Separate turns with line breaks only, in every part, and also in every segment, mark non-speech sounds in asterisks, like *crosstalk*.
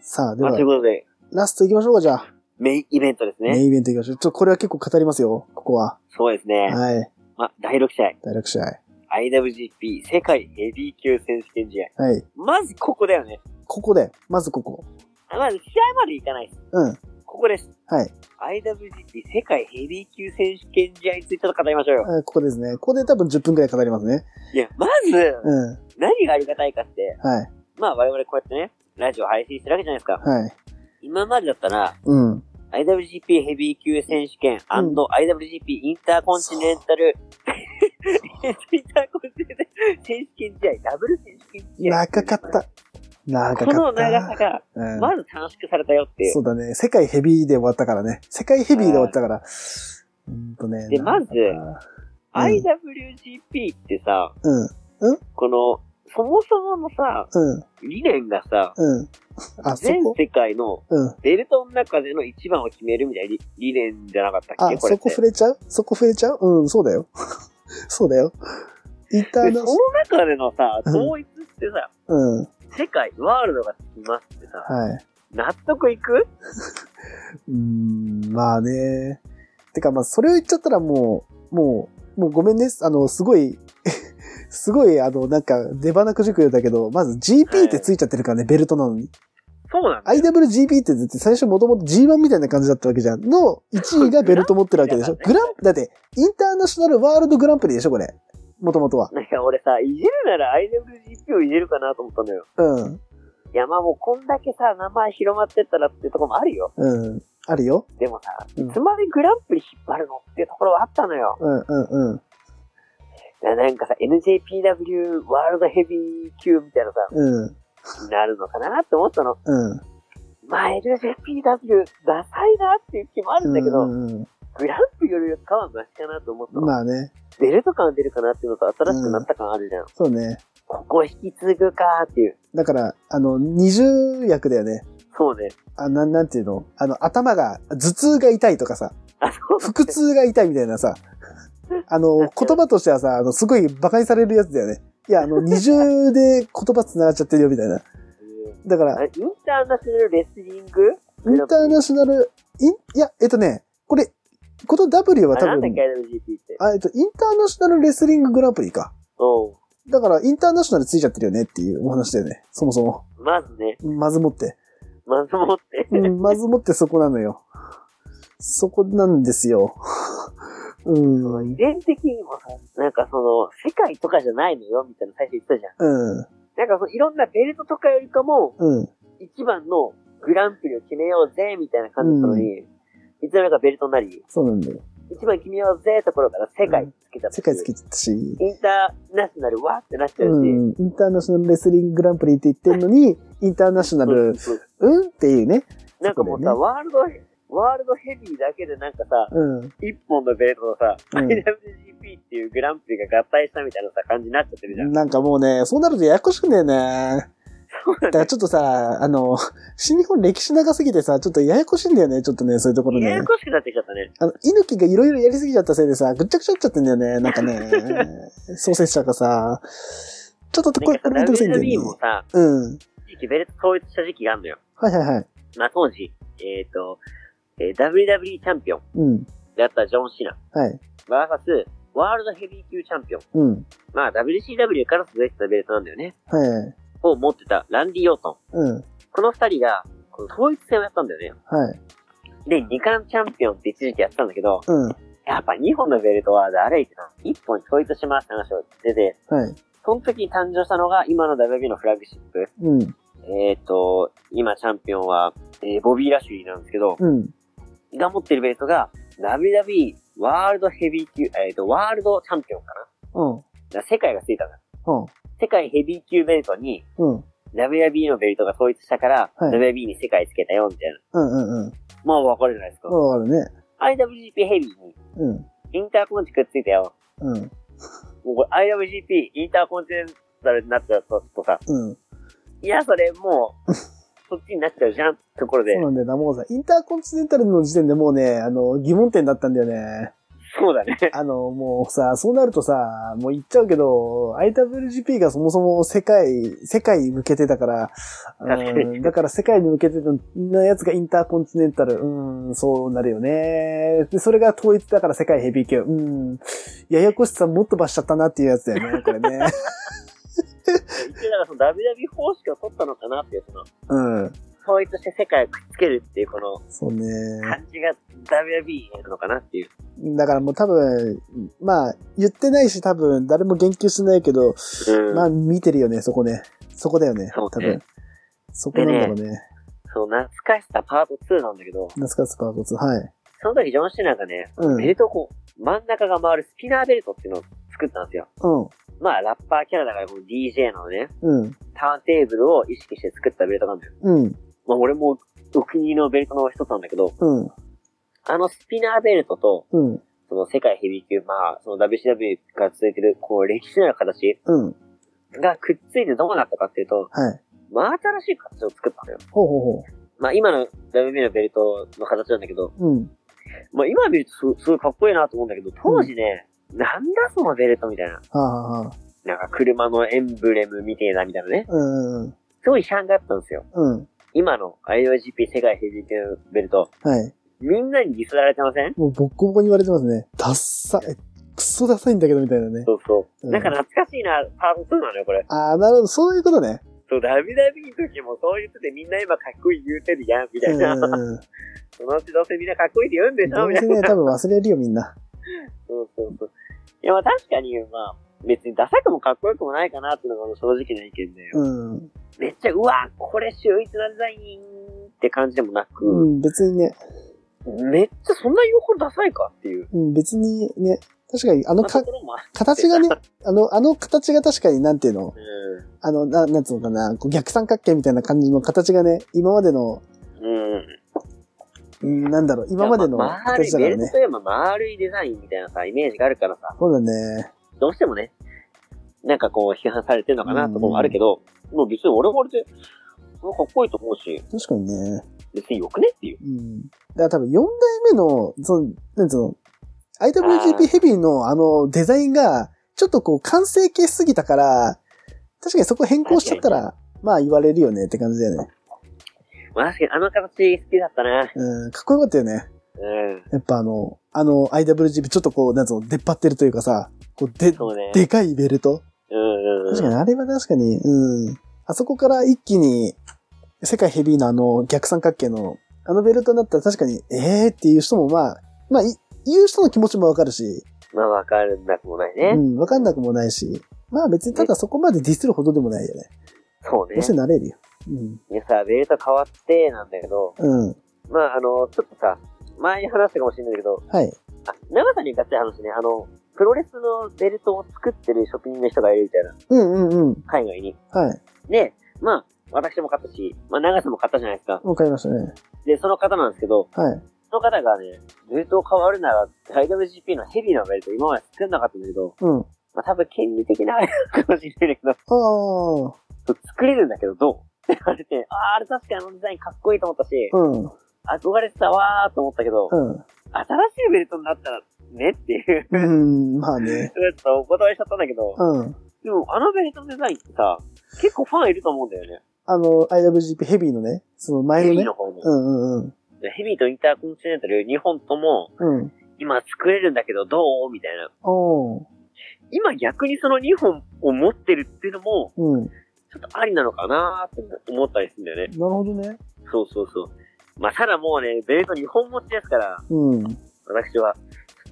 さあ、で
まあ、
は
という、ことで、
ラスト行きましょうか、じゃあ。
メインイベントです
メイン
ね。
イベント行きましょう。ちょっとこれは結構語りますよ、ここは。
そうですね。
はい。
まあ、第6試合、
第6試合。
IWGP 世界ヘビー級選手権試合。
はい。
まずここだよね。
ここで、まずここ。
あまず試合までいかないです。
うん。
ここです。
はい。
IWGP 世界ヘビー級選手権試合についての語りましょうよ。
あここですね。ここで多分10分くらい語りますね。
いや、まず、
うん。
何がありがたいかって、
はい。
まあ我々こうやってね、ラジオ配信してるわけじゃないですか。
はい。
今までだったら、
うん。
IWGP ヘビー級選手権、
うん
&IWGP インターコンチネンタル、インターコンチネンタル選手権試合、ダブル選手権試
*laughs*
合。
長かっ。た。長かった。
この長さが、
うん。
まず短縮されたよっていう
そう。だね。世界ヘビーで終わったからね。世界ヘビーで終わったから。うーんとね。
で
なんだかなうん
IWGP ってさ、
うん。
この、そもそものさ、
うん。
理念がさ、
うん。あ、そ
全
こ
世界の
うん。
ベルトの中での一番を決めるみたいな理理念じゃなかったっけ
あ、
これ
そ
って。
こ触れちゃうそこ触れちゃううん、そうだよ。 *laughs* そうだよ。インター
で
ナ
そ
ショ
の中でのさ、
うん
統一ってさ、
うん。は
世界、ワールドがつきますってさ、
い。
納得いく
うーん、まあね。てか、まあ、それを言っちゃったらもう、もう、もうごめんね。あの、すごい、 *laughs* すごい、あの、なんか、出花くじくようだけど、まず GP ってついちゃってるからね、ベルトなのに。
そうなんだよ。
IWGP って絶対最初もともと G1 みたいな感じだったわけじゃん。の1位がベルト持ってるわけでしょ。
グ
グ
ラ
ランプ、だって、インターナショナルワールドグランプリでしょ、これ。もともとは。
なんか俺さ、いじるなら IWGP をいじるかなと思ったのよ。
うん。
いやまあもうこんだけさ、名前広まってったらっていうところもあるよ。
うん。あるよ。
でもさ、
うん
いつまでグランプリ引っ張るのっていうところはあったのよ。
うんうんうん。
ななんかさ、NJPW ワールドヘビー級みたいなさ、
うん。
なるのかなって思ったの。
うん。
まあ LJPW ダサいなっていう気もあるんだけど、
うんうん
グランプリよりかはマシかなと思った
う
の。
ん。まあね。
ベルト感出るかなっていうのと新しくなった感あるじゃん。
そうね。
ここ引き継ぐかーっていう。
だから、あの、二重役だよね。
そうね。
あ、なん、なんていうのあの、頭が、頭痛が痛いとかさ、
あ、そう
腹痛が痛いみたいな
*laughs*
さ、あの、言葉としてはさ、あの、すごい馬鹿にされるやつだよね。いや、あの、二重で言葉繋がっちゃってるよ、みたいな。だから
あ、れインターナショナルレスリング
インターナショナル、イン、いや、えっとね、これ、この W は
あ、
多
なんだっ
分
け、、LGP って。
あ、えっと、インターナショナルレスリンググランプリか。
おう
だから、インターナショナルついちゃってるよねっていうお話だよね。そもそも。
まずね、
まずもって。
まずもって。
うん、まずもってそこなのよ。そこなんですよ。う
遺
ん。
伝的にもさ、なんかその、世界とかじゃないのよ、みたいな最初言ってたじゃん。
うん。
なんかその、いろんなベルトとかよりかも、
うん。
一番のグランプリを決めようぜ、みたいな感じだったのに、いつの間にかベルトになり、
そうなんだよ。
一番決めようぜ、ところから世界つけちゃったし。
世界つけちゃったし。
インターナショナルわーってなっちゃうし、
うん。インターナショナルレスリンググランプリって言ってるのに、インターナショナル、
そうそう
うんっていうね。
なんかもうさ、
そうだよね
ワールド、ワールドヘビーだけでなんかさ、
うん。
一本のベルトとさ、
うん
IWGP っていうグランプリが合体したみたいなさ、感じになっちゃってるじゃん。
なんかもうね、そうなるとややこしくんだよね。
そうな
だからちょっとさ、あの、新日本歴史長すぎてさ、ちょっとややこしいんだよね、ちょっとね、そういうところ
や
ね
や。こしくなってきちゃったね。
あの、猪木がいろいろやりすぎちゃったせいでさ、ぐっちゃぐちゃになっちゃってんだよね、なんかね。創設者がさ、ちょっとこ
な
れ、
んか
これめんどくさ
さ、
いんだよ
WWE
ね
も。さ、
うん。
一時期ベルト統一した時期があるのよ。
はいはいはい。
まあ当時、えっ、と、えー WWE チャンピオン
うん。
だったジョン・シナ、
はい。
バーサス、ワールドヘビー級チャンピオン、
うん。
まあ WCW から続いてたベルトなんだよね、
はいはい。
を持ってたランディ・オートン。
うん。
この二人が、この統一戦をやったんだよね。
はい。
で、二冠チャンピオンって一時期やってたんだけど、
うん。
やっぱ二本のベルトは誰いけな一本統一しますって話を出て、
はい。
その時に誕生したのが今の WB のフラッグシップ。
うん。
えっ、と、今チャンピオンは、えーボビー・ラッシュリーなんですけど、
うん。
が持ってるベルトが WB ワールドヘビー級、えっ、と、ワールドチャンピオンかな
うん。
だから世界がついたんだ。
うん。
世界ヘビー級ベルトに
うん。
WB のベルトが統一したから、
はい
WB に世界つけたよみたいな。
うん。うん。うん。
まあわかるじゃないですか。
わかるね。
IWGP ヘビーに
うん。
インターコンチくっついたよ。
うん。
もうこれ IWGP インターコンチネンタルになっちゃうとさ、
うん。
いや、それもう、そっちになっちゃうじゃんってところで
そう。なんだよな。もうさ、インターコンチネンタルの時点でもうね、あの、疑問点だったんだよね。
そそうだね。 *laughs*
あの、もうさ、そうなるとさ、もう言っちゃうけど、IWGP がそもそも世界、世界に向けてだから、
確か
うん、だから世界に向けてのなやつがインターコンチネンタル、うん、そうなるよね。で、それが統一だから世界ヘビー級、うん。ややこしさもっと増しちゃったなっていうやつだ
*laughs*
よね、これね。
一応、だからその WW 方式を取ったのかなっていう、その、
うん。
統一して世界をくっつけるっていう、この
そうね。
感じが WW なのかなっていう。
だからもう多分、まあ、言ってないし多分、誰も言及しないけど、
うん。
まあ見てるよね、そこね。そこだよね。
そうね
多分。そこなんだろうね。
そう、懐かしさパート2なんだけど、
ナスカスパーコツ。はい。
その時ジョン・シェナがね、
うん。
ベルトをこう、真ん中が回るスピナーベルトっていうのを作ったんですよ。
うん。
まあ、ラッパーキャラだから、この DJ のね、
うん。
ターンテーブルを意識して作ったベルトなんだよ。
うん。
まあ、俺もお気に入りのベルトの一つなんだけど、
うん。
あのスピナーベルトと、
うん。
その世界ヘビー級、まあ、その WCW が続いてる、こう、歴史のある形
うん。
がくっついてどうなったかっていうと、
はい。
まあ、新しい形を作ったのよ。
ほうほうほ
まあ、今の WB のベルトの形なんだけど、
う。うん。
まあ、今見るとすすごいかっこいいなと思うんだけど、当時ね、なんだそのベルトみたいな。
はあ、はあはあ、
なんか車のエンブレムみてえなみたいなね。
うん。うん
すごい批判があったんですよ。
うん。
今の IOGP 世界ヘビー級のベルト、
はい。
みんなにディスられてません
もうボッコボコに言われてますね。ダッサ。え、クソダサいんだけどみたいなね。
そうそうう。
ん
なんか懐かしいな、パート2なのよ、これ。
ああ、なるほど。そういうことね。
そう、ダビダビの時もそう言っててみんな今かっこいい言うてるやん、みた
う
い
んう
な。
んうん。
そのうちどうせみんなかっこいいって言うんでし
*laughs* ど
ょ、
う
みた
せ
い
ね、
な。
多分忘れるよ、みんな。
そうそうそう。いや、まあ確かに、まあ、別にダサくもかっこよくもないかなっていうのが正直な意見で、
うん。
めっちゃ、うわ、これ秀逸なデザインって感じでもな
う
く、
ん、別にね。
めっちゃそんな言うほどダサいかっていう。
うん、別にね。確かに、あのか
そういうとこ、ろもあ
形がね、あの、あの形が確かに、なんていうの
う
あの、ななんつうのかな、こう逆三角形みたいな感じの形がね、今までの、
ん。うん。
うんなんだろう、今までの
いやまあ丸い、
形だか
ベ
ら
ルト
ね
と。いえば丸いデザインみたいなさ、イメージがあるからさ、
そうだね。
どうしてもね、なんかこう批判されてるのかなとこもあるけど、もう別に俺は俺で、これかっこいいと思うし、
確かにね。
別によくねっていう。
うん。だから多分4代目の、その、なんつうの、IWGP ヘビーのあのデザインが、ちょっとこう完成形すぎたから、確かにそこ変更しちゃったら、まあ言われるよねって感じだよね。
まあ確かにあの形好きだったな。
うん、かっこよかったよね。
うん。
やっぱあの、あの IWGP ちょっとこう、なんつうの、出っ張ってるというかさ、こう、で、
そうね。
でかいベルト
うんうん
確
う
か
ん。
に、あれは確かに、うん。あそこから一気に、世界ヘビーのあの逆三角形の、あのベルトになったら確かに、えーっていう人もまあ、まあ、い言う人の気持ちもわかるし、
まあわかるんだくもないうね。
ん、わかんなくもないし、まあ別にただそこまでディスるほどでもないよね。
そう
どう
ね
せ。慣れるよ。うん。
いやさ、ベルト変わってなんだけど、
うん。
まああの、ちょっとさ、前に話したかもしれないけど、
はい。
あ、長さにガッツリ話ね、あの、プロレスのベルトを作ってる職人の人がいるみたいな、
うんうんうん。
海外に。
はい。
で、まあ、私も買ったし、まあ、長さも買ったじゃないですか。
わかりましたね。
で、その方なんですけど、
はい。
その方がね、ベルトを変わるなら、IWGP のヘビーのベルト今まで作んなかったんだけど、
うん。あ
まあ、多分権利的なあれなのかもしれないけど、
あ。
そう作れるんだけどどうって言われて、ああ、あれ確かにあのデザインかっこいいと思ったし、
うん。
憧れてたわーと思ったけど、
うん。
新しいベルトになったらねっていう、
うん。まあね。
ちょっとお断りしちゃったんだけど、
うん。
でもあのベルトのデザインってさ、結構ファンいると思うんだよね。
あの、IWGP ヘビーのね、その前
ヘ
の
ビー
ね。
の方も
う。んうん
ヘビーとインターコンチネンタル、日本とも、
うん。うん。
今作れるんだけどどうみたいな。
おー。
今逆にその2本を持ってるっていうのも、
うん。な
ちょっとありなのかなーって思ったりするんだよね。
るほどね。
そうそうそう。まあ、ただもうね、ベルト2本持ちですから、
うん。
私は。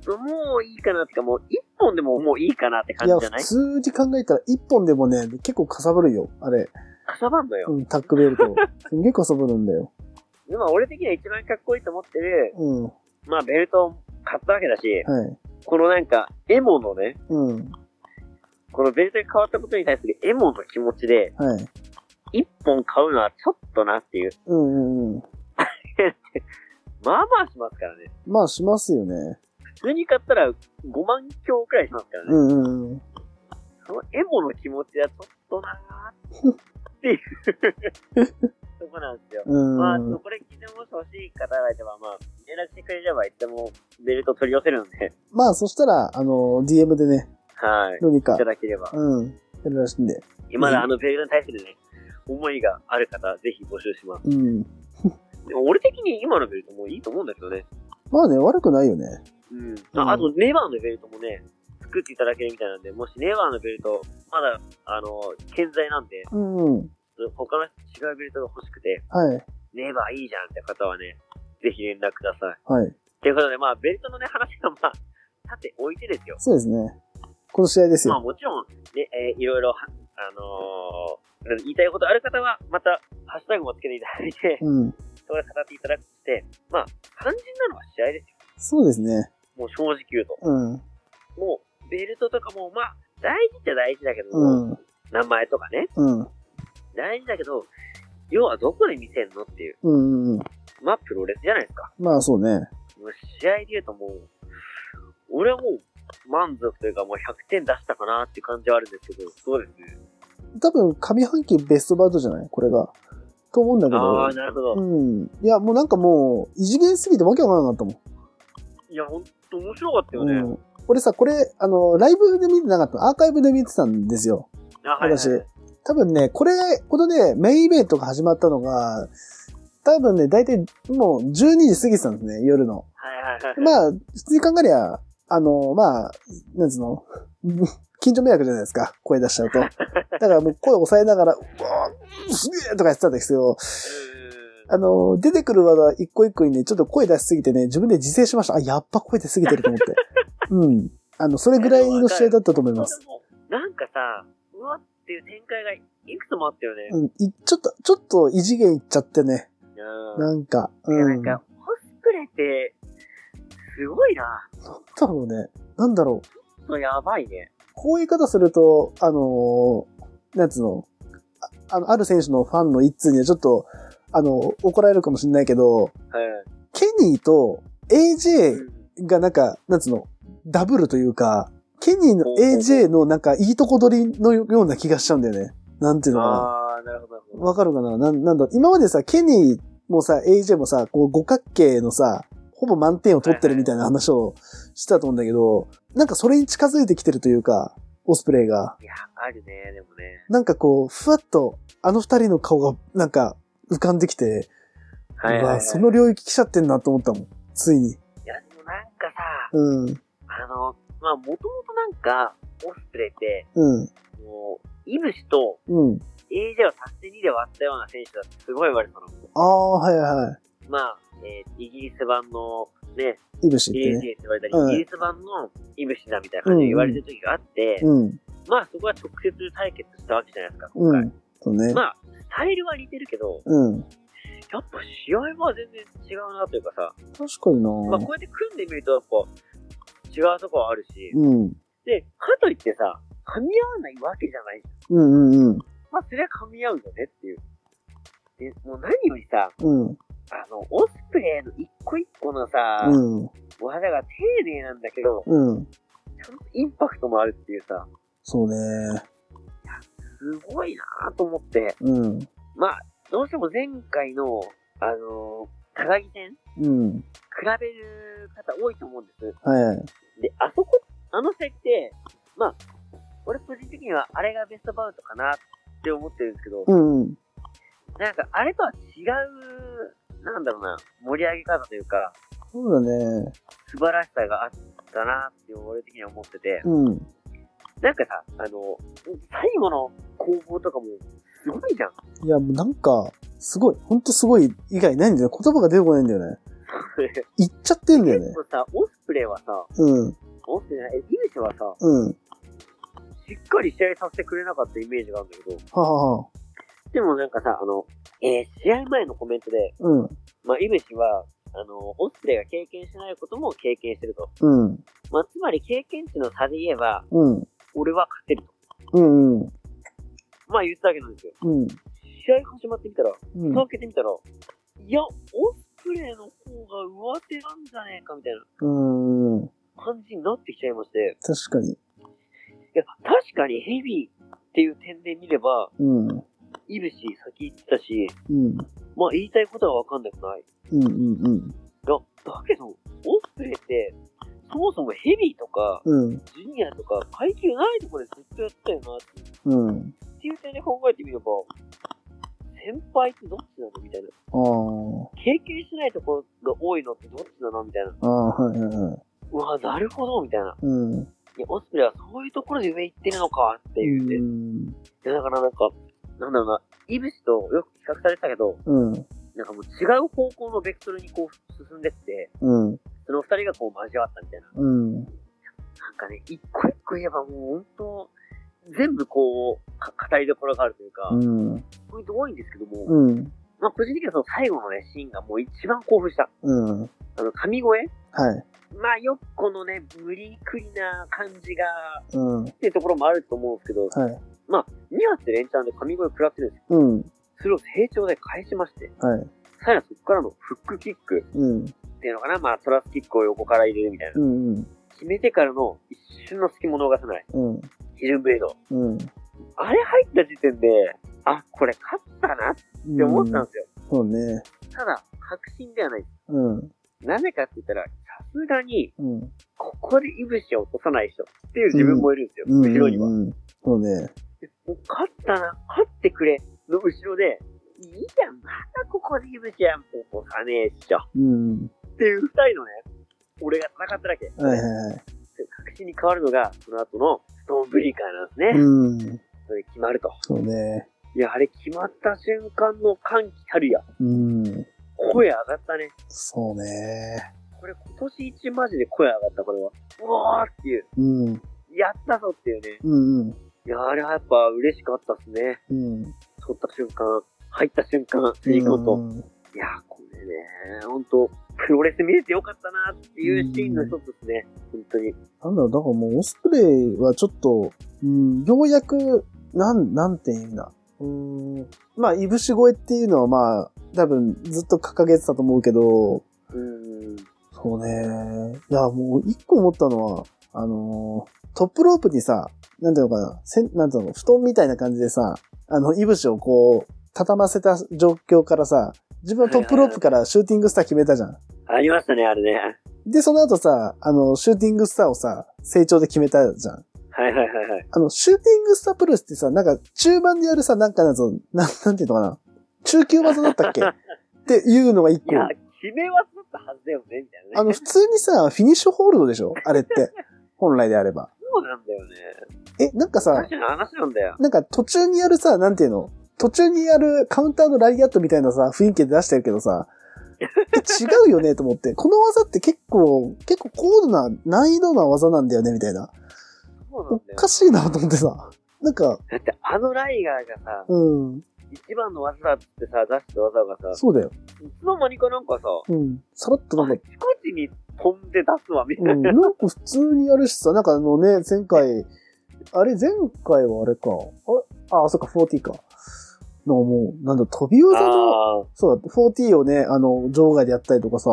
ちょっともういいかなってか、もう1本でももういいかなって
い
感
や、
じじゃな
普
い
通に考えたら、一本でもね、結構かさぶるよ、あれ。
かさばんのよ。
うん、タックベル
*laughs*
ト。すんげえかさぶるんだよ。
今俺的には一番かっこいいと思ってる、
うん。は
まあ、ベルトを買ったわけだし、
い。
このなんか、エモのね、
うん。
このベルトが変わったことに対するエモの気持ちで、
はい。
1本買うのはちょっとなっていう。
うんうんうん。
まあまあしますからね。
まあ、しますよね。
普通に買ったら5万強くらいしますから
う
ね。
んうんうん。
そのエモの気持ちはちょっとなーっていうとこなんですよ。
う
まあ、
ん。
これ聞いてもし欲しい方がいれば、まあ、連絡してくれればいつでもベルトと取り寄せるので、
まあ、そしたら、あの、DM でね、
はい。
どうに
い
か
た、だければ。
うん、やるらしいんで。
今だあのページに対するね、思いがある方、ぜひ募集します。
うん。
でも俺的に今のベルトもいいと思うんだけどね。
まあね、悪くないよね。
うん。
うん
ああと、ネバーのベルトもね、作っていただけるみたいなんで、もしネバーのベルト、まだ、あの、健在なんで、
うん、うん。
他の違うベルトが欲しくて、
はい、
ネバーいいじゃんって方はね、ぜひ連絡ください。
はい。
ということで、まあ、ベルトのね、話がまあ、 *laughs* さておいてですよ。
そうですね。この試合です
まあ、
よ。
もちろん、ね、えーいろいろは、あのー言いたいことある方は、また、ハッシュタグもつけていただいて、
*laughs* うん。
それを語っていただくって、まあ、肝心なのは試合ですよ。
そうですね。
もう正直言うと。
うん、
もう、ベルトとかも、まあ、大事っちゃ大事だけど、
うん、
名前とかね、
うん、
大事だけど、要はどこで見せんのっていう。
うん、うん。
まあ、プロレスじゃないですか。
まあ、そうね。
もう試合で言うともう、俺はもう、満足というか、もう100点出したかなっていう感じはあるんですけど、そうですね。
多分、上半期ベストバウトじゃないこれが。と思うんだけ
あ
ど
あ、。なるほど。
うん。いや、もうなんかもう、異次元すぎてわけわからなかったもん。
いや、ほんと面白かったよね。
うん、俺さ、これ、あの、ライブで見てなかった、アーカイブで見てたんですよ。
あ、はい、はい。
私多分ね、これ、このね、メインイベントが始まったのが、多分ね、大体もう12時過ぎてたんですね、夜の。
はいはいはい。
まあ、普通に考えりゃ、あの、まあ、なんつうの、 *laughs* 緊張迷惑じゃないですか、声出しちゃうと。だからもう声抑えながら、うわーすげえとかやってたんですけど、あの、出てくる技一個一個にね、ちょっと声出しすぎてね、自分で自制しました。あ、やっぱ声出しすぎてると思っ
*laughs*
て。うん。あの、それぐらいの試合だったと思います。
なんかさ、うわっていう展開がいくつもあったよね。
うん。いちょっと、ちょっと異次元いっちゃってね。
うん
なんか、
いや
う
なんん。か、ホスプレって、すごいな。
多分ね、なんだろう。
そうやばいね。
こういう言い方すると、あのーなんつうの、ああの、ある選手のファンの一通にはちょっと、あの、怒られるかもしれないけど、
う
ケニーと AJ
ん。
がなんか、なんつうの、ダブルというか、ケニーの
ほうほうほう
AJ のなんかいいとこ取りのような気がしちゃうんだよね。なんていうのか
ああ、なるほどなるほ
な。
ど。
わかるかななんなんだ今までさ、ケニーもさ、AJ もさ、こう五角形のさ、ほぼ満点を取ってるみたいな話をしてたと思うんだけど、なんかそれに近づいてきてるというか、オスプレイが。
いや、あるね、でもね。
なんかこう、ふわっとあの二人の顔がなんか浮かんできて、
はいうはい、は
わ
い。
その領域来ちゃってんなと思ったもん。ついに。
いや、でもなんかさ、
うん、
あの、まあ、もともとなんか、オスプレイって、
うん、
もう、イブシと
うん。
AJ を足して2で割ったような選手だってすごい言われてたの。
ああ、はいはいは
まあ、えーイギリス版のね、
い。いぶしって
AJ っ
ね。
て言われたり、
うん
イギリス版のイブシだみたいな感じで言われてる時があって、
うん、
まあそこは直接対決したわけじゃないですか、今
う
回。
ん。そうね。
まあ、スタイルは似てるけど、
うん。
やっぱ試合は全然違うなというかさ、
確かにな
まあこうやって組んでみるとやっぱ違うとこはあるし、
うん。うん
で、かといってさ、噛み合わないわけじゃない。
うんうん。
まあそれは噛み合うよねっていう。で、もう何よりさ、
うん。
あの、オスプレイの一個一個のさ、
うん。
技が丁寧なんだけど、
うん。
ちゃんとインパクトもあるっていうさ、
そうね。
すごいなぁと思って、
うん。
まあ、どうしても前回の、あのー高木戦、比
うん。
べる方多いと思うんです。
はいはい。
で、あそこ、あの試合って、まあ、俺個人的にはあれがベストバウトかなって思ってるんですけど、
うんうん。
なんかあれとは違う、なんだろうな、盛り上げ方というか、
そうだね。
素晴らしさがあったなって俺的には思ってて、
うん。
なんかさ、あの、最後の攻防とかも、すごいじゃん。
いや、もうなんか、すごい。ほんとすごい以外ないんだよね。言葉が出てこないんだよね。言っちゃってんだよね
も。うさ、オスプレイはさ、
うん。
オスプレイじゃない、えイブシはさ、
うん。
しっかり試合させてくれなかったイメージがあるんだけど、
ははは。
でもなんかさ、あの、えー試合前のコメントで、
うん。
まあ、イブシは、あの、オスプレイが経験してないことも経験してると。
うん。
まあ、つまり経験値の差で言えば、
うん。
俺は勝てると。
うん。うん。
まあ、言ってたわけなんですよ。
うん。
試合始まってみたら、
うん
蓋を開けてみたら、いや、オスプレイの方が上手なんじゃねえかみたいな。
うん。うん。
感じになってきちゃいまして、
確かに。
いや、確かにヘビーっていう点で見れば、
うん。うん。
イブシ先行ってたし、
うん。
まあ言いたいことはわかんなくない。
うん。うん。
だだけど、オスプレイって、そもそもヘビーとか、
うん、
ジュニアとか、階級ないところでずっとやったよなっていう、
うん。
っていう点で考えてみれば、先輩ってどっちなのみたいな。
あー
経験しないところが多いのってどっちなのみたいな。
あー、はいはいは
うわ、なるほど、みたい
い。
な。
うん。
いや、オスプレイはそういうところで上行ってるのか、っていうね。
うん。
いや、だからなんか、なんだろうな、イブシとよく比較されてたけど、
うん。
なんかもう違う方向のベクトルにこう進んでって、
うん。
その二人がこう交わったみたいな。
うん。
なんかね、一個一個言えばもう本当、全部こう、か語りどころがあるというか、
うん。
ポイント多いんですけども、
うん。
まあ個人的にはその最後のね、シーンがもう一番興奮した。
うん。
あの、神声
はい。
まあよくこのね、無理くりな感じが、
うん。
っていうところもあると思うんですけど、
はい。
2発連チャンで神声食らってるんですよ
うん。
それを成長で返しまして、
はい。
さらにそこからのフックキック
うん。
っていうのかな、まあトラスキックを横から入れるみたいな
う。ん。うん。
決めてからの一瞬の隙も逃さない。
うん。
ヒルンブレード。
うん。
あれ入った時点で、あ、これ勝ったなって
うん
思ったんですよ。
そうね。
ただ、確信ではないです。
うん。
なぜかって言ったら、さすがに、
うん。
ここでイブシを落とさない人っていう自分もいるんですよ。
うん。
後ろには。
うん。そうね。
もう勝ったな、勝ってくれの後ろで、いいやん、またここでイブシは落とさねえっしょ。
うん。
っていう二人のね、俺が戦っただけ。
はいはいはい。
確信に変わるのが、その後のストーンブリーカーなんです
う
ね。
ん。
それ決まると。
そうね。
いや、あれ決まった瞬間の歓喜たるや。
うん。
声上がったね。
そうね。
これ今年一マジで声上がった、これは。うわーっていう。
うん。
やったぞっていうね。
うんうん。
いや、あれはやっぱ嬉しかったっすね。
うん。
取った瞬間、入った瞬間、スリーカウント。
うん
いや、これね、ほんと、プロレス見れてよかったなっていうシーンの一つですね。本当に。
なんだろう、だからもうオスプレイはちょっと、うん、ようやく、なん、なんていうんだ。うん。まあ、いぶし声っていうのはまあ、多分ずっと掲げてたと思うけど、
うーん。
そうね。いや、もう一個思ったのは、あのートップロープにさ、なんていうのかな、せんなんていうの、布団みたいな感じでさ、あの、いぶしをこう、畳ませた状況からさ、自分はトップロープからシューティングスター決めたじゃん。
ありましたね、あれね。
で、その後さ、あの、シューティングスターをさ、成長で決めたじゃん。
はいはいはいはい。
あの、シューティングスタープロレスってさ、なんか、中盤でやるさ、なんかなんぞ、なん、なんていうのかな、中級技だった *laughs* っけっていうのが一
い
個。
や、決めはだったはずだよね、みたいなね。
あの、普通にさ、フィニッシュホールドでしょあれって。本来であれば。
そうなんだよね。
え、なんかさ
確、かに話なんだよ。
なんか途中にやるさ、なんていうの途中にやるカウンターのラリアットみたいなさ、雰囲気で出してるけどさ、え違うよねと思って。この技って結構、結構高度な、難易度な技なんだよねみたいな。
そうな
お
んだよ。
かしいなと思ってさ。なんか、
だってあのライガーがさ、
うん、
一番の技だってさ、出した技がさ、
そうだよ。
いつの間にかなんかさ、
うん。さらっとなん
あ
か、
ちこちに飛んで出すわ、みたい
うん、なんか普通にやるしさ、なんかあのね、前回、あれ前回はあれか。あれ、あ、そっか、40か。なんかもう、なんだ、飛び
な。
技の、
ああ、
そうだ、40をね、あの、場外でやったりとかさ、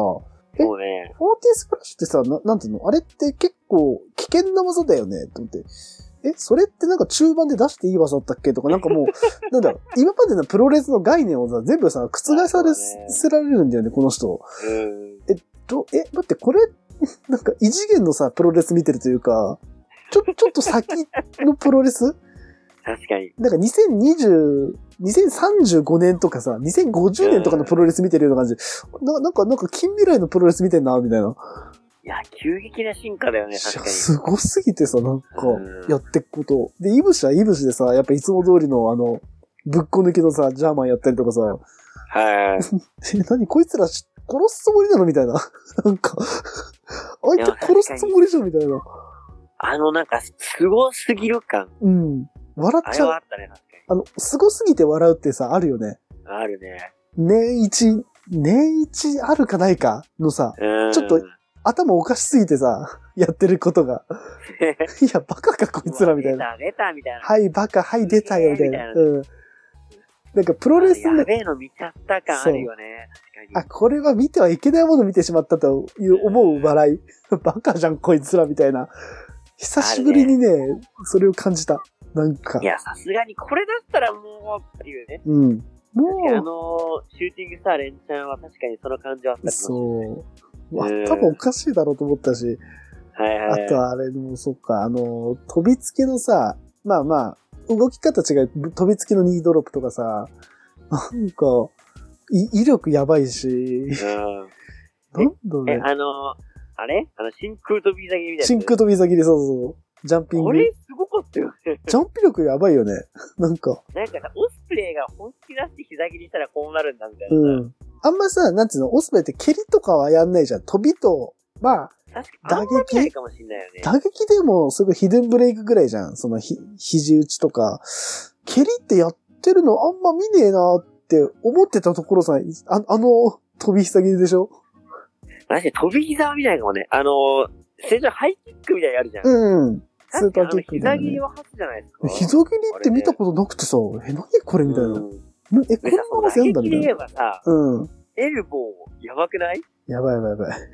え
そうね。
フォーティスプラッシュってさ、ななんていうのあれって結構危険な技だよねと思って。え、それってなんか中盤で出していい技だったっけとか、なんかもう、なんだろう、今までのプロレスの概念をさ、全部さ、覆され、
そうだね
せられるんだよね、この人。
うん。
どえ、待って、これ、 *laughs* なんか異次元のさ、プロレス見てるというか、ちょ、ちょっと先のプロレス
確かに。
なんか2020、2035年とかさ、2050年とかのプロレス見てるような感じ。ななんか、なんか近未来のプロレス見てんな、みたいな。
いや、急激な進化だよね、確かに。
すごすぎてさ、なんか
うん、
やってくこと。で、イブシはイブシでさ、やっぱいつも通りの、あの、ぶっこ抜きのさ、ジャーマンやったりとかさ、
はい。
え、何こいつらし殺すつもりなのみたいな。 *laughs* なんか、あいつ殺すつもりじゃんみたいな。
あの、なんか、凄すぎる感。
うん。笑
あ
っ
れ
ちゃう
はあ。ったね、確か
あの、凄すぎて笑うってさ、あるよね。
に。あるね。
年一、年一あるかないかのさ、
うん。
ちょっと頭おかしすぎてさ、やってること
*laughs*
が。いや、バカかこいつらみたいな。
出た、出た、みたいな。
はい、バカ、はい、出たよ、みたい
え
な。
ーみたい
うん。なんか、プロレス
や
の、
べえの見ちゃった感あるよね。確か
あ、
に。
これは見てはいけないもの見てしまったという思う笑い。 *laughs* バカじゃん、こいつら、みたいな。久しぶりにね、それを感じた。なんか
い、や、さすがにこれだったらもう、っていうね。
うん。
確かにあ
も
のーシューティングスターレンちゃんは確かにその感じはあっ
う、
たかもしれない
そう。
えー
頭おかしいだろうと思ったし、
ははいは
あ
い。
とはあれも、そっか、あの、飛びつきのさ、まあまあ、動き方違う、飛びつきの2ドロップとかさ、なんか、い威力やばいし、なんだろう
うん。え
ね、。
あの、あれあの、真空飛び下げみたいな。
真空飛び先でそうそう、ジャンピン
こ
グ。
れすごかったよね。
ジャンプ力やばいよね。なんか、
なんかさ、オスプレイが本気出して膝切りしたらこうなるんだみたいな。
うん。あんまさ、なんつうの、オスプレイって蹴りとかはやんないじゃん。飛びと、まあ、
確かに、あんま見ないかもしれないよね。
打撃でも、それヒデンブレイクぐらいじゃん。そのひ、肘打ちとか。蹴りってやってるのあんま見ねえなって思ってたところさ、ああの、飛び下げでしょ
マジで飛び膝は見ないかもね。あの、正常ハイキックみたいなのあるじゃん。
うん。スーパ
確かに
ーキックみた
あの膝
い
切
な、ね。
りは初じゃないですか。
膝切りって見たことなくてさ、え、何これみたいな。
う
もうんえ、こん
でさ
な技やんだ
打撃
みた
で
い
言
な。
えばさ、
うん。
エルボー、やばくない
やばいやばいやばい。 *laughs*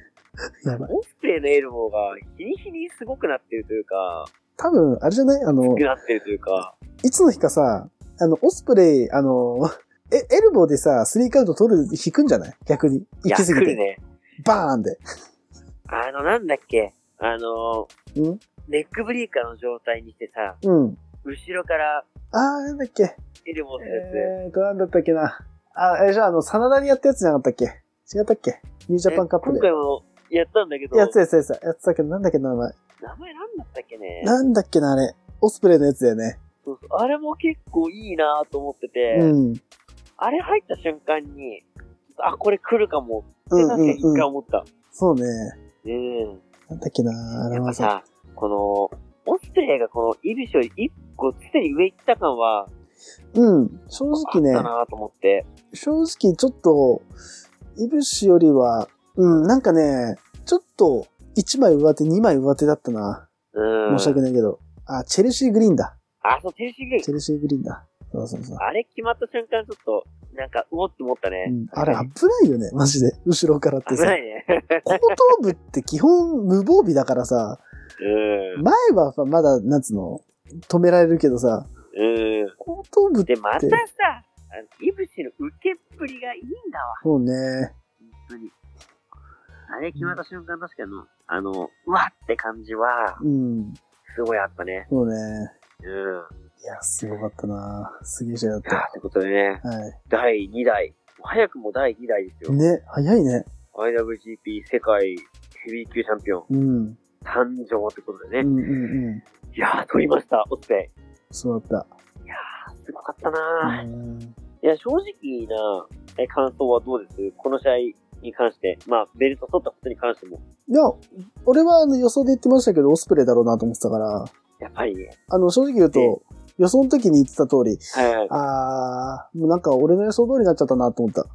やばい。
オスプレイのエルボーが日に日にすごくなってるというか、
多分、あれじゃないあの
低く、なってるというか、
いつの日かさ、あの、オスプレイ、あの、え、エルボーでさ、スリーカウント取る、引くんじゃない逆に。
い
行
や、
き
来
すぎて。
るね。
バーンで。
あの、なんだっけ、あの、
うん
ネックブリーカーの状態にしてさ、
うん。
後ろから
あー、なんだっけ。
エルボーする
えーと、なんだったっけな。あ、あれじゃあ、あの、真田にやったやつじゃなかったっけ違ったっけニュージ
やつ。
ャパンカップ
今
で。
回もやったんだけど、
やつやつやつやつだけど、なんだっけな、名前。
名前なんだったっけね。
なんだっけな、あれ。オスプレイのやつだよね。
そうそうあれも結構いいなと思ってて、
うん。
あれ入った瞬間に、あ、これ来るかもっ
う
て
ん
な
うん
か
ん
一回
うん。
思った。
そうね。
うん。
なんだっけな、あれ
やっ
は
ぱ
さ。
さ、この、オスプレイがこのイビシより一個常に上行った感は、
うん。正
あ
直
っ
ね
た、なと思って。
正直ちょっと、イブシよりは、うん、なんかね、ちょっと、1枚上手、2枚上手だったな。
うん。
申し訳ないけど。あ、チェルシーグリーンだ。
あ、そう、天使グレイ
チェルシーグリーンだ。そうそうそう。
あれ決まった瞬間ちょっと、なんか、うおって思ったね。
うん、あれ危ないよね、マジで。後ろからって
危
さ。
ないね。
後頭部って基本無防備だからさ、
うん。
前はさまだ、なんつうの、止められるけどさ、
うん。
後頭部って
で、またさ、あのイブシの受けっぷりがいいんだわ。
もうね、
本当に。あれ決まった瞬間確かに、あの、うわって感じは、
うん、
すごいあったね。
もうね、
うん。
いや、すごかったなすげえ試合だっ
いやーってことでね、
た。はい。
第2代。早くも第2代ですよ。
ね、早いね。
IWGP 世界ヘビー級チャンピオン
うん。
誕生ってこと
う
でね。
んうんうん。
いやー、取りました、オスペ
そうだっ
すごかっ
た。
たなー
うん。
いや、正直なえ感想はどうですこの試合に関して、まあ、ベルト取ったことに関しても、
いや、俺はあの予想で言ってましたけど、オスプレイだろうなと思ってたから、
やっぱりね。
あの、正直言うと、予想の時に言ってた通り、
はいはい。
あー、もうなんか俺の予想通りになっちゃったなと思った。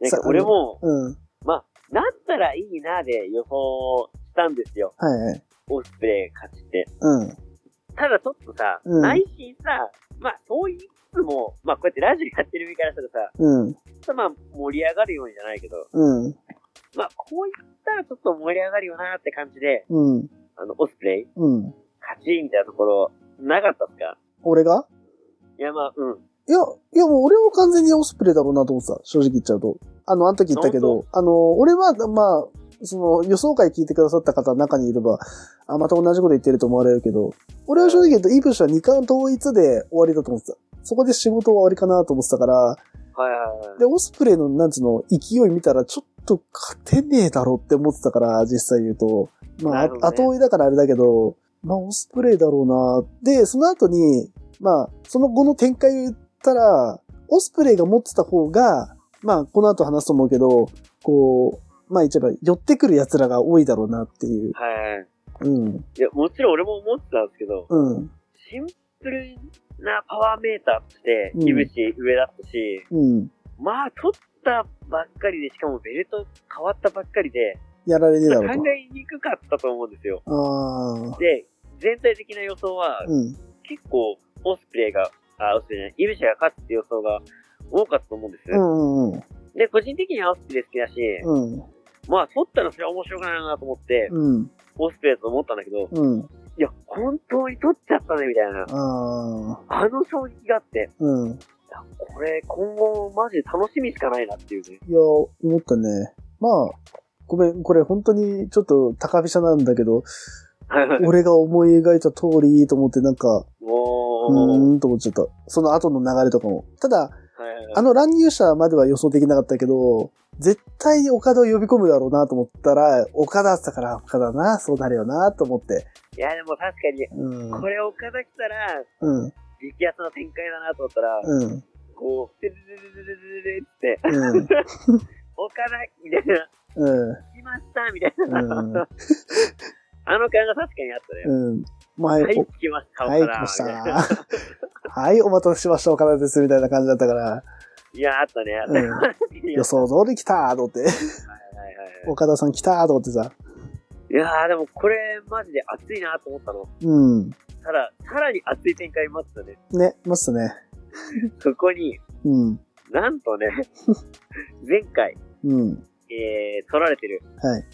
なん
さ
か俺も、
うん。
まあ、なったらいいなで予想したんですよ。
はいはい。
オスプレイが勝ちって。
うん。
ただちょっとさ、
うん
内心さ、まあ、そう言いつつも、まあ、こうやってラジオやってる身からしたらさ、
うん。
ちょっとまあ、盛り上がるようにじゃないけど、
うん。
まあ、こう言ったらちょっと盛り上がるよなって感じで、
うん。
あの、オスプレイ、
うん。
勝ちみたいなところ、なかったっすか
俺が
いや、まあ、うん。
いや、いやもう俺も完全にオスプレイだろうなと思ってた。正直言っちゃうと。あの、あの時言ったけど、あの、俺は、まあ、その、予想会聞いてくださった方の中にいれば、あ、また同じこと言ってると思われるけど、俺は正直言うと、イブシは2冠統一で終わりだと思ってた。そこで仕事は終わりかなと思ってたから、
はいはいはい。
で、オスプレイの、なんつうの、勢い見たら、ちょっと勝てねえだろって思ってたから、実際言うと。ま
な
あ、
るほどね
後追いだからあれだけど、まあ、オスプレイだろうな。で、その後に、まあ、その後の展開を言ったら、オスプレイが持ってた方が、まあ、この後話すと思うけど、こう、まあ、言っちゃえば、寄ってくる奴らが多いだろうなっていう。
はいはい。
うん。
いや、もちろん俺も思ってたんですけど、
うん。
シンプルなパワーメーターとして、
うん
井口上だったし、
うん。
まあ、取ったばっかりで、しかもベルト変わったばっかりで、
やられねえ
ま
だ
あ
ろう
考えにくかったと思うんですよ。
と。ああ。
で、全体的な予想は、
うん。
結構、オスプレイが、あ、オスプレイじゃない、イブシが勝つって予想が多かったと思うんです。
うんうん
で、個人的にはオスプレイ好きだし、
うん。うん。
まあ、取ったらそれは面白くないなと思って、
うん。
オスプレイだと思ったんだけど、
うん。
いや、本当に取っちゃったね、みたいな。
ああ。
あの衝撃があって、
うん。
いやこれ、今後、マジで楽しみしかないなっていうね。
いや、思ったね。まあ、ごめん、これ本当にちょっと高飛車なんだけど、俺が思い描いた通りと思ってなんか、
*laughs*
う
おー。
ーんと思っちゃった。その後の流れとかも。ただ、あ
の、
の乱入者までは予想できなかったけど、絶対岡田を呼び込むだろうなと思ったら、岡田だったから岡田な、そうなるよなと思って。
いや、でも確かに、
うん。
これ岡田来たら、
うん。
激アツの展開だなと思ったら、
うん。
こう、てるるるるるるるって、
うん。
岡田みたいな、
うん。
来ましたみたいな、
うん。
あの感が確かにあったね。
うん。前、
はい
お、
来ました、
はい、
岡
来
田。
ました
みたいな。
はい、お待たせしました、岡田です、みたいな感じだったから、
*laughs* いや、あったね。
うん予想通り来たーと思って、
はいはいはい
岡田さん来たーと思ってさ、
いやー、でもこれ、マジで熱いなと思ったの。
うん。
ただ、さらに熱い展開待ってたね。
ね、ましたね。
そこに、
うん。
なんとね、 *laughs* 前回、
うん。
えー、取られてる。
はい。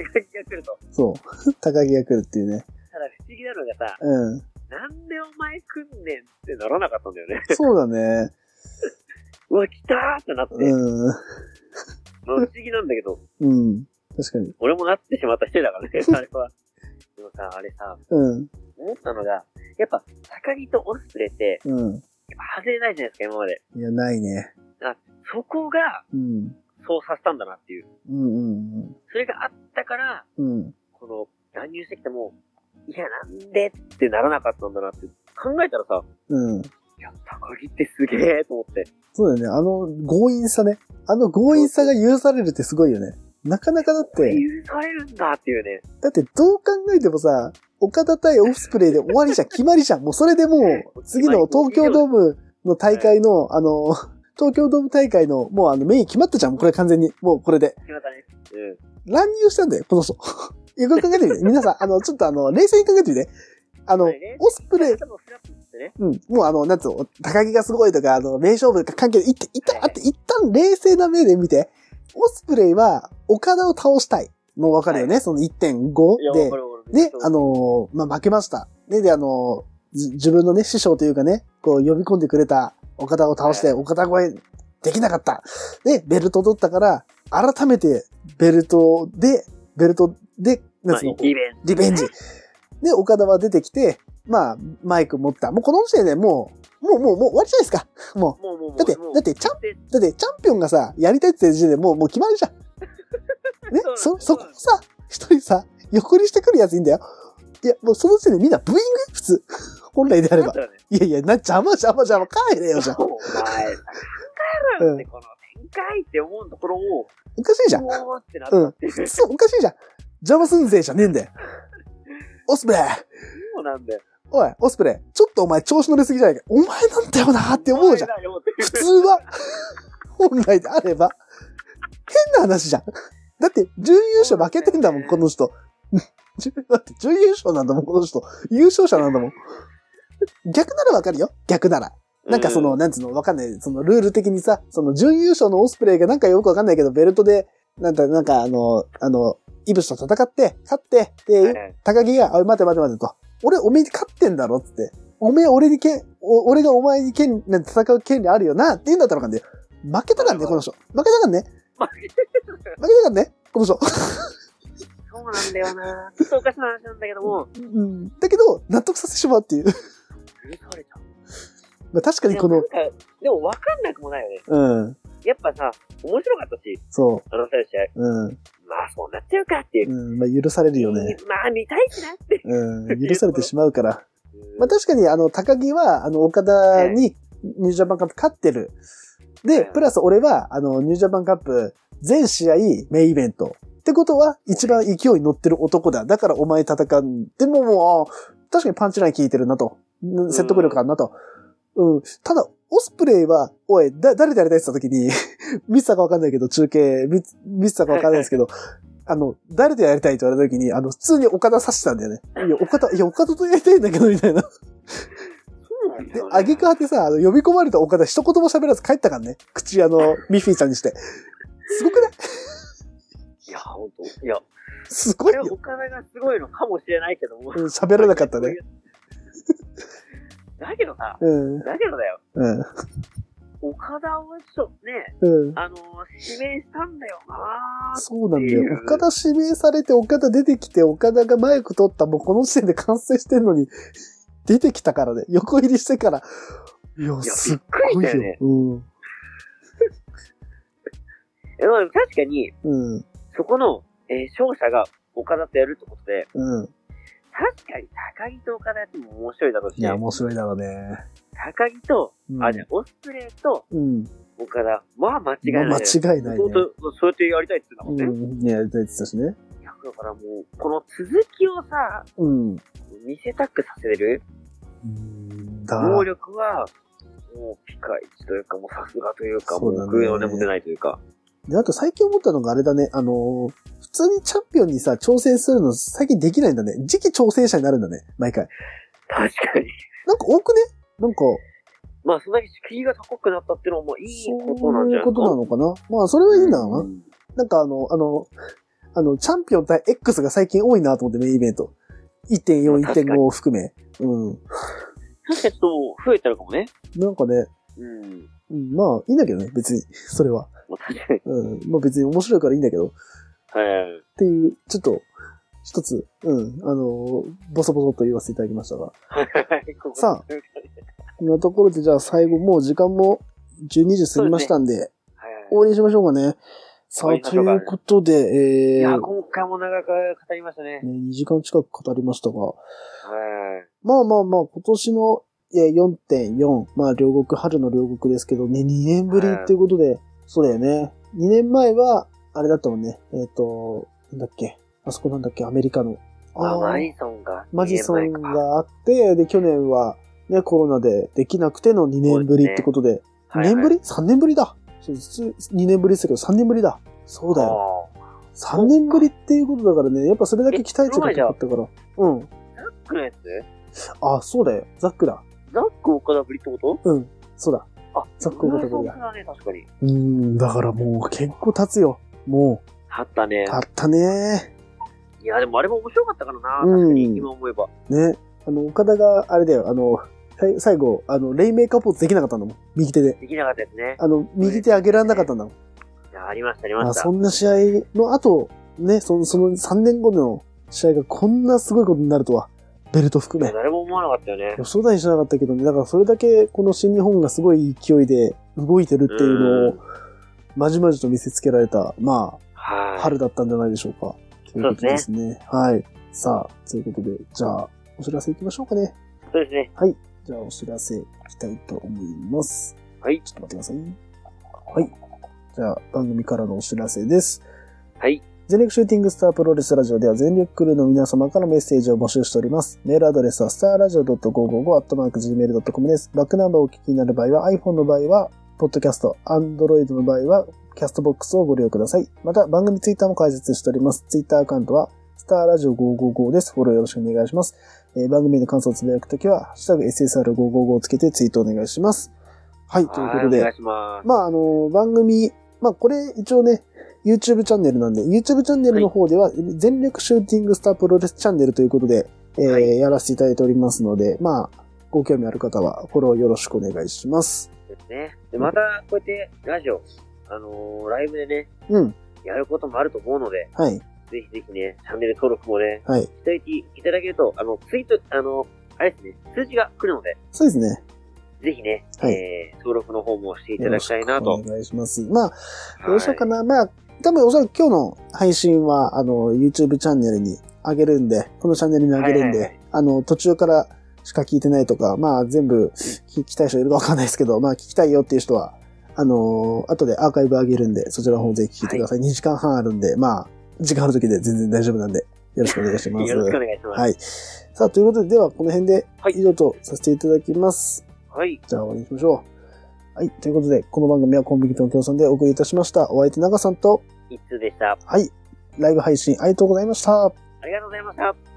高木が来ると。
そう。高木が来るっていうね。
ただ不思議なのがさ、
うん。
なんでお前来んねんってならなかったんだよね。
そうだね。
うわ、来たーってなって、まあ
うん。
不思議なんだけど、
うん。確かに。
俺もなってしまった人だからね、あれは。でもさ、あれさ、
うん。
思ったのが、やっぱ、高木とオスプレイって、
うん。
やっぱ外れないじゃないですか、今まで。
いや、ないね。
そこが、
うん。
そうさせたんだなっていう。
うんうん
それがあったから、
うん。うん。
この、乱入してきても、いや、なんでってならなかったんだなって考えたらさ、
うん。
いや、高木ってすげえと思って。
そうだよね。あの、強引さね。あの強引さが許されるってすごいよね。なかなかだって、
許されるんだっていうね。
だってどう考えてもさ、岡田対オフスプレイで終わりじゃん、決まりじゃん。もうそれでもう、次の東京ドームの大会の、あの、 *laughs* 東京ドーム大会の、もうあの、メイン決まったじゃん、これ完全に。もうこれで。
決まったね。うん。
乱入したんだよ、この人。 *laughs* よく考えてみて。皆さん、あの、ちょっとあの、冷静に考えてみて。あの
はいね、
オスプレイ、
多分フラップってね。
うん、もうあの、なんつうの、高木がすごいとか、あの、名勝負とか関係ない、いって、いった、あって、一旦冷静な目で見て、オスプレイは、岡田を倒したい。もうわかるよね、その
いや、
1.5で
わか。るわかる。
で、あ、のーまあ、負けました。で、で、あのーじ自分のね、師匠というかね、こう、呼び込んでくれた岡田を倒して、岡田越えできなかった。で、ベルト取ったから、改めて、ベルトで、ベルトで、な
ま
ん
あ、
つうの、
リベンジ。
リベンジ。で、岡田は出てきて、まあ、マイク持った。もうこの時点でもう、もう、もう、もう終わりじゃないですか。も
もうもうもう。
う。だって、
もう
だって、チャン、
で
だって、チャンピオンがさ、やりたいって言ってる時点でもう、もう決まりじ
*laughs*
ゃん。ね、
そ
そ、
う
そこ
なんです
さ、一人さ、横にしてくるやついいんだよ。いや、もうその時点でみんなブーイング普通。 *laughs* 本来であれ
だっ
ば
た。らね。
いやいや、な、邪魔邪魔邪魔、帰れよ、じゃん。
お前、考えろよって、この展開って思うところを、
おかしいじゃん。
おーってなったっていう。
そう、おかしいじゃん。邪魔すんぜ、じゃねえんだよ。オスプレイ
そうなんだよ。
おい、オスプレイちょっとお前調子乗りすぎじゃないか。お前なんだよなって思うじゃん。
お前だよっていう
普通は、 *laughs* 本来であれば、変な話じゃん。だって、準優勝負けてんだもん、この人。 *laughs* じゅだって、準優勝なんだもん、この人。優勝者なんだもん。逆ならわかるよ。逆なら。なんかその、
う
なんつうの、わかんない。そのルール的にさ、その準優勝のオスプレイがなんかよくわかんないけど、ベルトで、なんだ、なんかあの、あの、イブシと戦って、勝って、
はい
で、
はい
高木が、あ、待て待て待てと。俺、おめえに勝ってんだろっつって。おめえ、俺にけん、お俺がお前に権利、なんて戦う権利あるよなって言うんだったらわかんね負けたからね、この人。負けたからね。
負
けたからね、この人。
*laughs*
*laughs*
そうなんだよな。ちょっとおかしな話なんだけども、
うん。だけど、納得させてしまうっていう。
許されちゃう。
まあ確かにこ
で
の
も、なんかでも分かんなくもないよね。
うん。
やっぱさ、面白かったし、
そ
あの最初試合。
う。うん。
まあそうなっちゃうかっていう。
うん。まあ許されるよね。
まあ見たいしなって。
うん。許されてしまうから。まあ確かに、あの、高木は、あの、岡田にニュージャパンカップ勝ってる。で、
うん
プラス俺は、あの、ニュージャパンカップ全試合メインイベント。ってことは、一番勢いに乗ってる男だ。だからお前戦うん。でももう、あ確かにパンチライン効いてるなと。うん説得力あるなと。うん。ただ、オスプレイは、おい、だ、誰とやりたいって言った時に、 *laughs* 見てたかわかんないけど、中継、見、見てたかわかんないです *laughs* けど、あの、誰とやりたいって言われた時に、あの、普通に岡田刺してたんだよね。いや、岡田、いや、岡田とやりたいんだけど、みたいな。で、あげくはてさ、あの、呼び込まれた岡田一言も喋らず帰ったからね。口、あの、ミッフィーちゃんにして。すごくない
いや、ほんと。いや、
す
こ
ごい
れは
よ。
お金がすごいのかもしれないけども
う。ん喋らなかったね。。
*laughs* だけどさ、
うん。うん。
だけどだよ。岡田をちょっとね、
うん。
あのー指名したんだよなー
そうなんだ
ってい
よ。
う
岡田指名されて、岡田出てきて、岡田がマイク取った、もうこの時点で完成してんのに、出てきたからね。横入りしてから。いや、
いや、
す
び
っ
っくり
ごい
したよ
よ
ね。。
うん。
えまあでも確かに、
うん。
そこの、えー勝者が岡田とやるってことで、
うん。
確かに高木と岡田やっても面白いだろうし、
いや、面白いだろうね。
高木と、
うん、
あ、じゃあオスプレイと
うん。
岡田、まあ間違いない、
まあ間違いないね
そうそうそうやってやりたいって言ってたも
うん
ね。
ん。ね、やりたいって言ってたしね。
いやだからもう、この続きをさ、
うん。
見せたくさせれる
だ
能力は、もうピカイチというか、もうさすがというか、
そ
も
うだね
う偶の根も出ないというか。
で、あと最近思ったのがあれだね。あのー普通にチャンピオンにさ、挑戦するの最近できないんだね。次期挑戦者になるんだね。毎回。
確かに。
なんか多くねなんか、
まあ、そんだけ敷居が高くなったってのもいいことなん
そう
じ
いう
ゃない
ことなのかなまあ、それはいいんだろうな。なんかあの、あの、あの、チャンピオン対 X が最近多いなと思って、メインイベント。1.4、
まあ確かに
1.5を含め。うん。
確かにちょっと増えてるかもね。
なんかね、
うん。
うんまあ、いいんだけどね、別に。それは。
まあ、確かに。
うん。まあ別に面白いからいいんだけど。っ
はい。
ていう、ちょっと、一つ、うん、あの、ボソボソと言わせていただきましたが。さ
あ。
こんなところで、じゃあ最後、もう時間も12時過ぎましたんで、終
は
わりにしましょうかね。さ
終わ
あ、
りに
と
しましょうか
いうことで、
い。い
え
や、
ー、
今回も長く語りましたね。
ね、2時間近く語りましたが、
はい。
まあまあまあ、今年のえー4.4、まあ、両国、春の両国ですけどね、2年ぶりっていうことで、そうだよね。2年前は、あれだったもんね、えっ、と、なんだっけ、あそこなんだっけ、アメリカの。
あ、
ー
マジソンが。
マジソンがあって、で、去年は、ね、コロナでできなくての2年ぶりってことで、
はいはい
2年ぶり ?3 年ぶりだ。そう2年ぶりって言ったけど、3年ぶりだ。そうだよ。
あ
3年ぶりっていうことだからね、やっぱそれだけ期待値が高かったから。うん。
ーザックのやつ
あ、そうだよ。ザックだ。
ザック岡田ぶりってこと
うん。そうだ。
あ、
ザック岡田ぶりだ
そうだね、確かに。
うーん、だからもう結構経つよ。も
あったね
う、。経ったね。
いや、でもあれも面白かったからな、
うん
確かに、今思えば。
ね。あの、岡田が、あれだよ、あの、さい最後、あの、レイメーカーポーズできなかったんだもん。右手で。
できなかったですね。
あの、右手上げられなかったんだもん。
いやありました、あり
ま
ま
あ、
した。
そんな試合の後、ね、その、その3年後の試合がこんなすごいことになるとは、ベルト含
でも
め。
誰も思わなかったよね
予。想だにしなかったけどね、だからそれだけこの新日本がすごい勢いで動いてるっていうの
う
を、まじまじと見せつけられた、まあ、
は
春だったんじゃないでしょうか。ということですね。はい。さあ、ということで、じゃあ、お知らせいきましょうかね。
い。そうですね。
じゃあ、お知らせいきたいと思います。
はい
ちょっと待ってください。はい。じゃあ、番組からのお知らせです。
はい。
全力シューティングスタープロレスラジオでは全力クルーの皆様からメッセージを募集しております。メールアドレスはスターラジオ .555-gmail.com です。バックナンバーをお聞きになる場合は iPhone の場合は、ポッドキャスト、Android の場合は、キャストボックスをご利用ください。また、番組ツイッターも開設しております。ツイッターアカウントは、スターラジオ555です。フォローよろしくお願いします。えー番組の感想をつぶやくときは、ハッシュタグ SSR555 をつけてツイートお願いします。はい、ということ
は
で
お願い。します。
まあ、あの、番組、まあ、これ一応ね、YouTube チャンネルなんで、YouTube チャンネルの方では、全力シューティングスタープロレスチャンネルということで、えー
はい
やらせていただいておりますので、まあ、ご興味ある方はフォローよろしくお願いします。
ですね。で、また、こうやって、ラジオ、あのーライブでね、
うん。
やることもあると思うので、
はい。
ぜひぜひね、チャンネル登録もね、
はい。
しておいていただけると、あの、ツイート、あの、あれですね、数字が来るので、
そうですね。
ぜひね、
はい
えー、登録の方もしていた
よ
だ
ろ
き
した
いな
く
と。
お願いします。まあ、
はい
どうしようかな。まあ、多分おそらく今日の配信は、あの、YouTube チャンネルに上げるんで、このチャンネルに上げるんで、
はいはいは
あの、途中からしか聞いてないとか、まあ、全部聞きたい人いるかわかんないですけど、まあ、聞きたいよっていう人は、あの後でアーカイブ上げるんで、そちらの方ぜひ聞いてください。2時間半あるんで、まあ、時間ある時で全然大丈夫なんで、よろしくお願いします。
*laughs* よろしくお願いします。
はい。さあ、ということで、では、この辺で
はい
以上とさせていただきます。
はい。
じゃあ終わりにしましょう。はい。ということで、この番組はコンビニとの協賛でお送りいたしました。お相手長さんと、
一通でした。
はい。ライブ配信ありがとうございました。
ありがとうございました。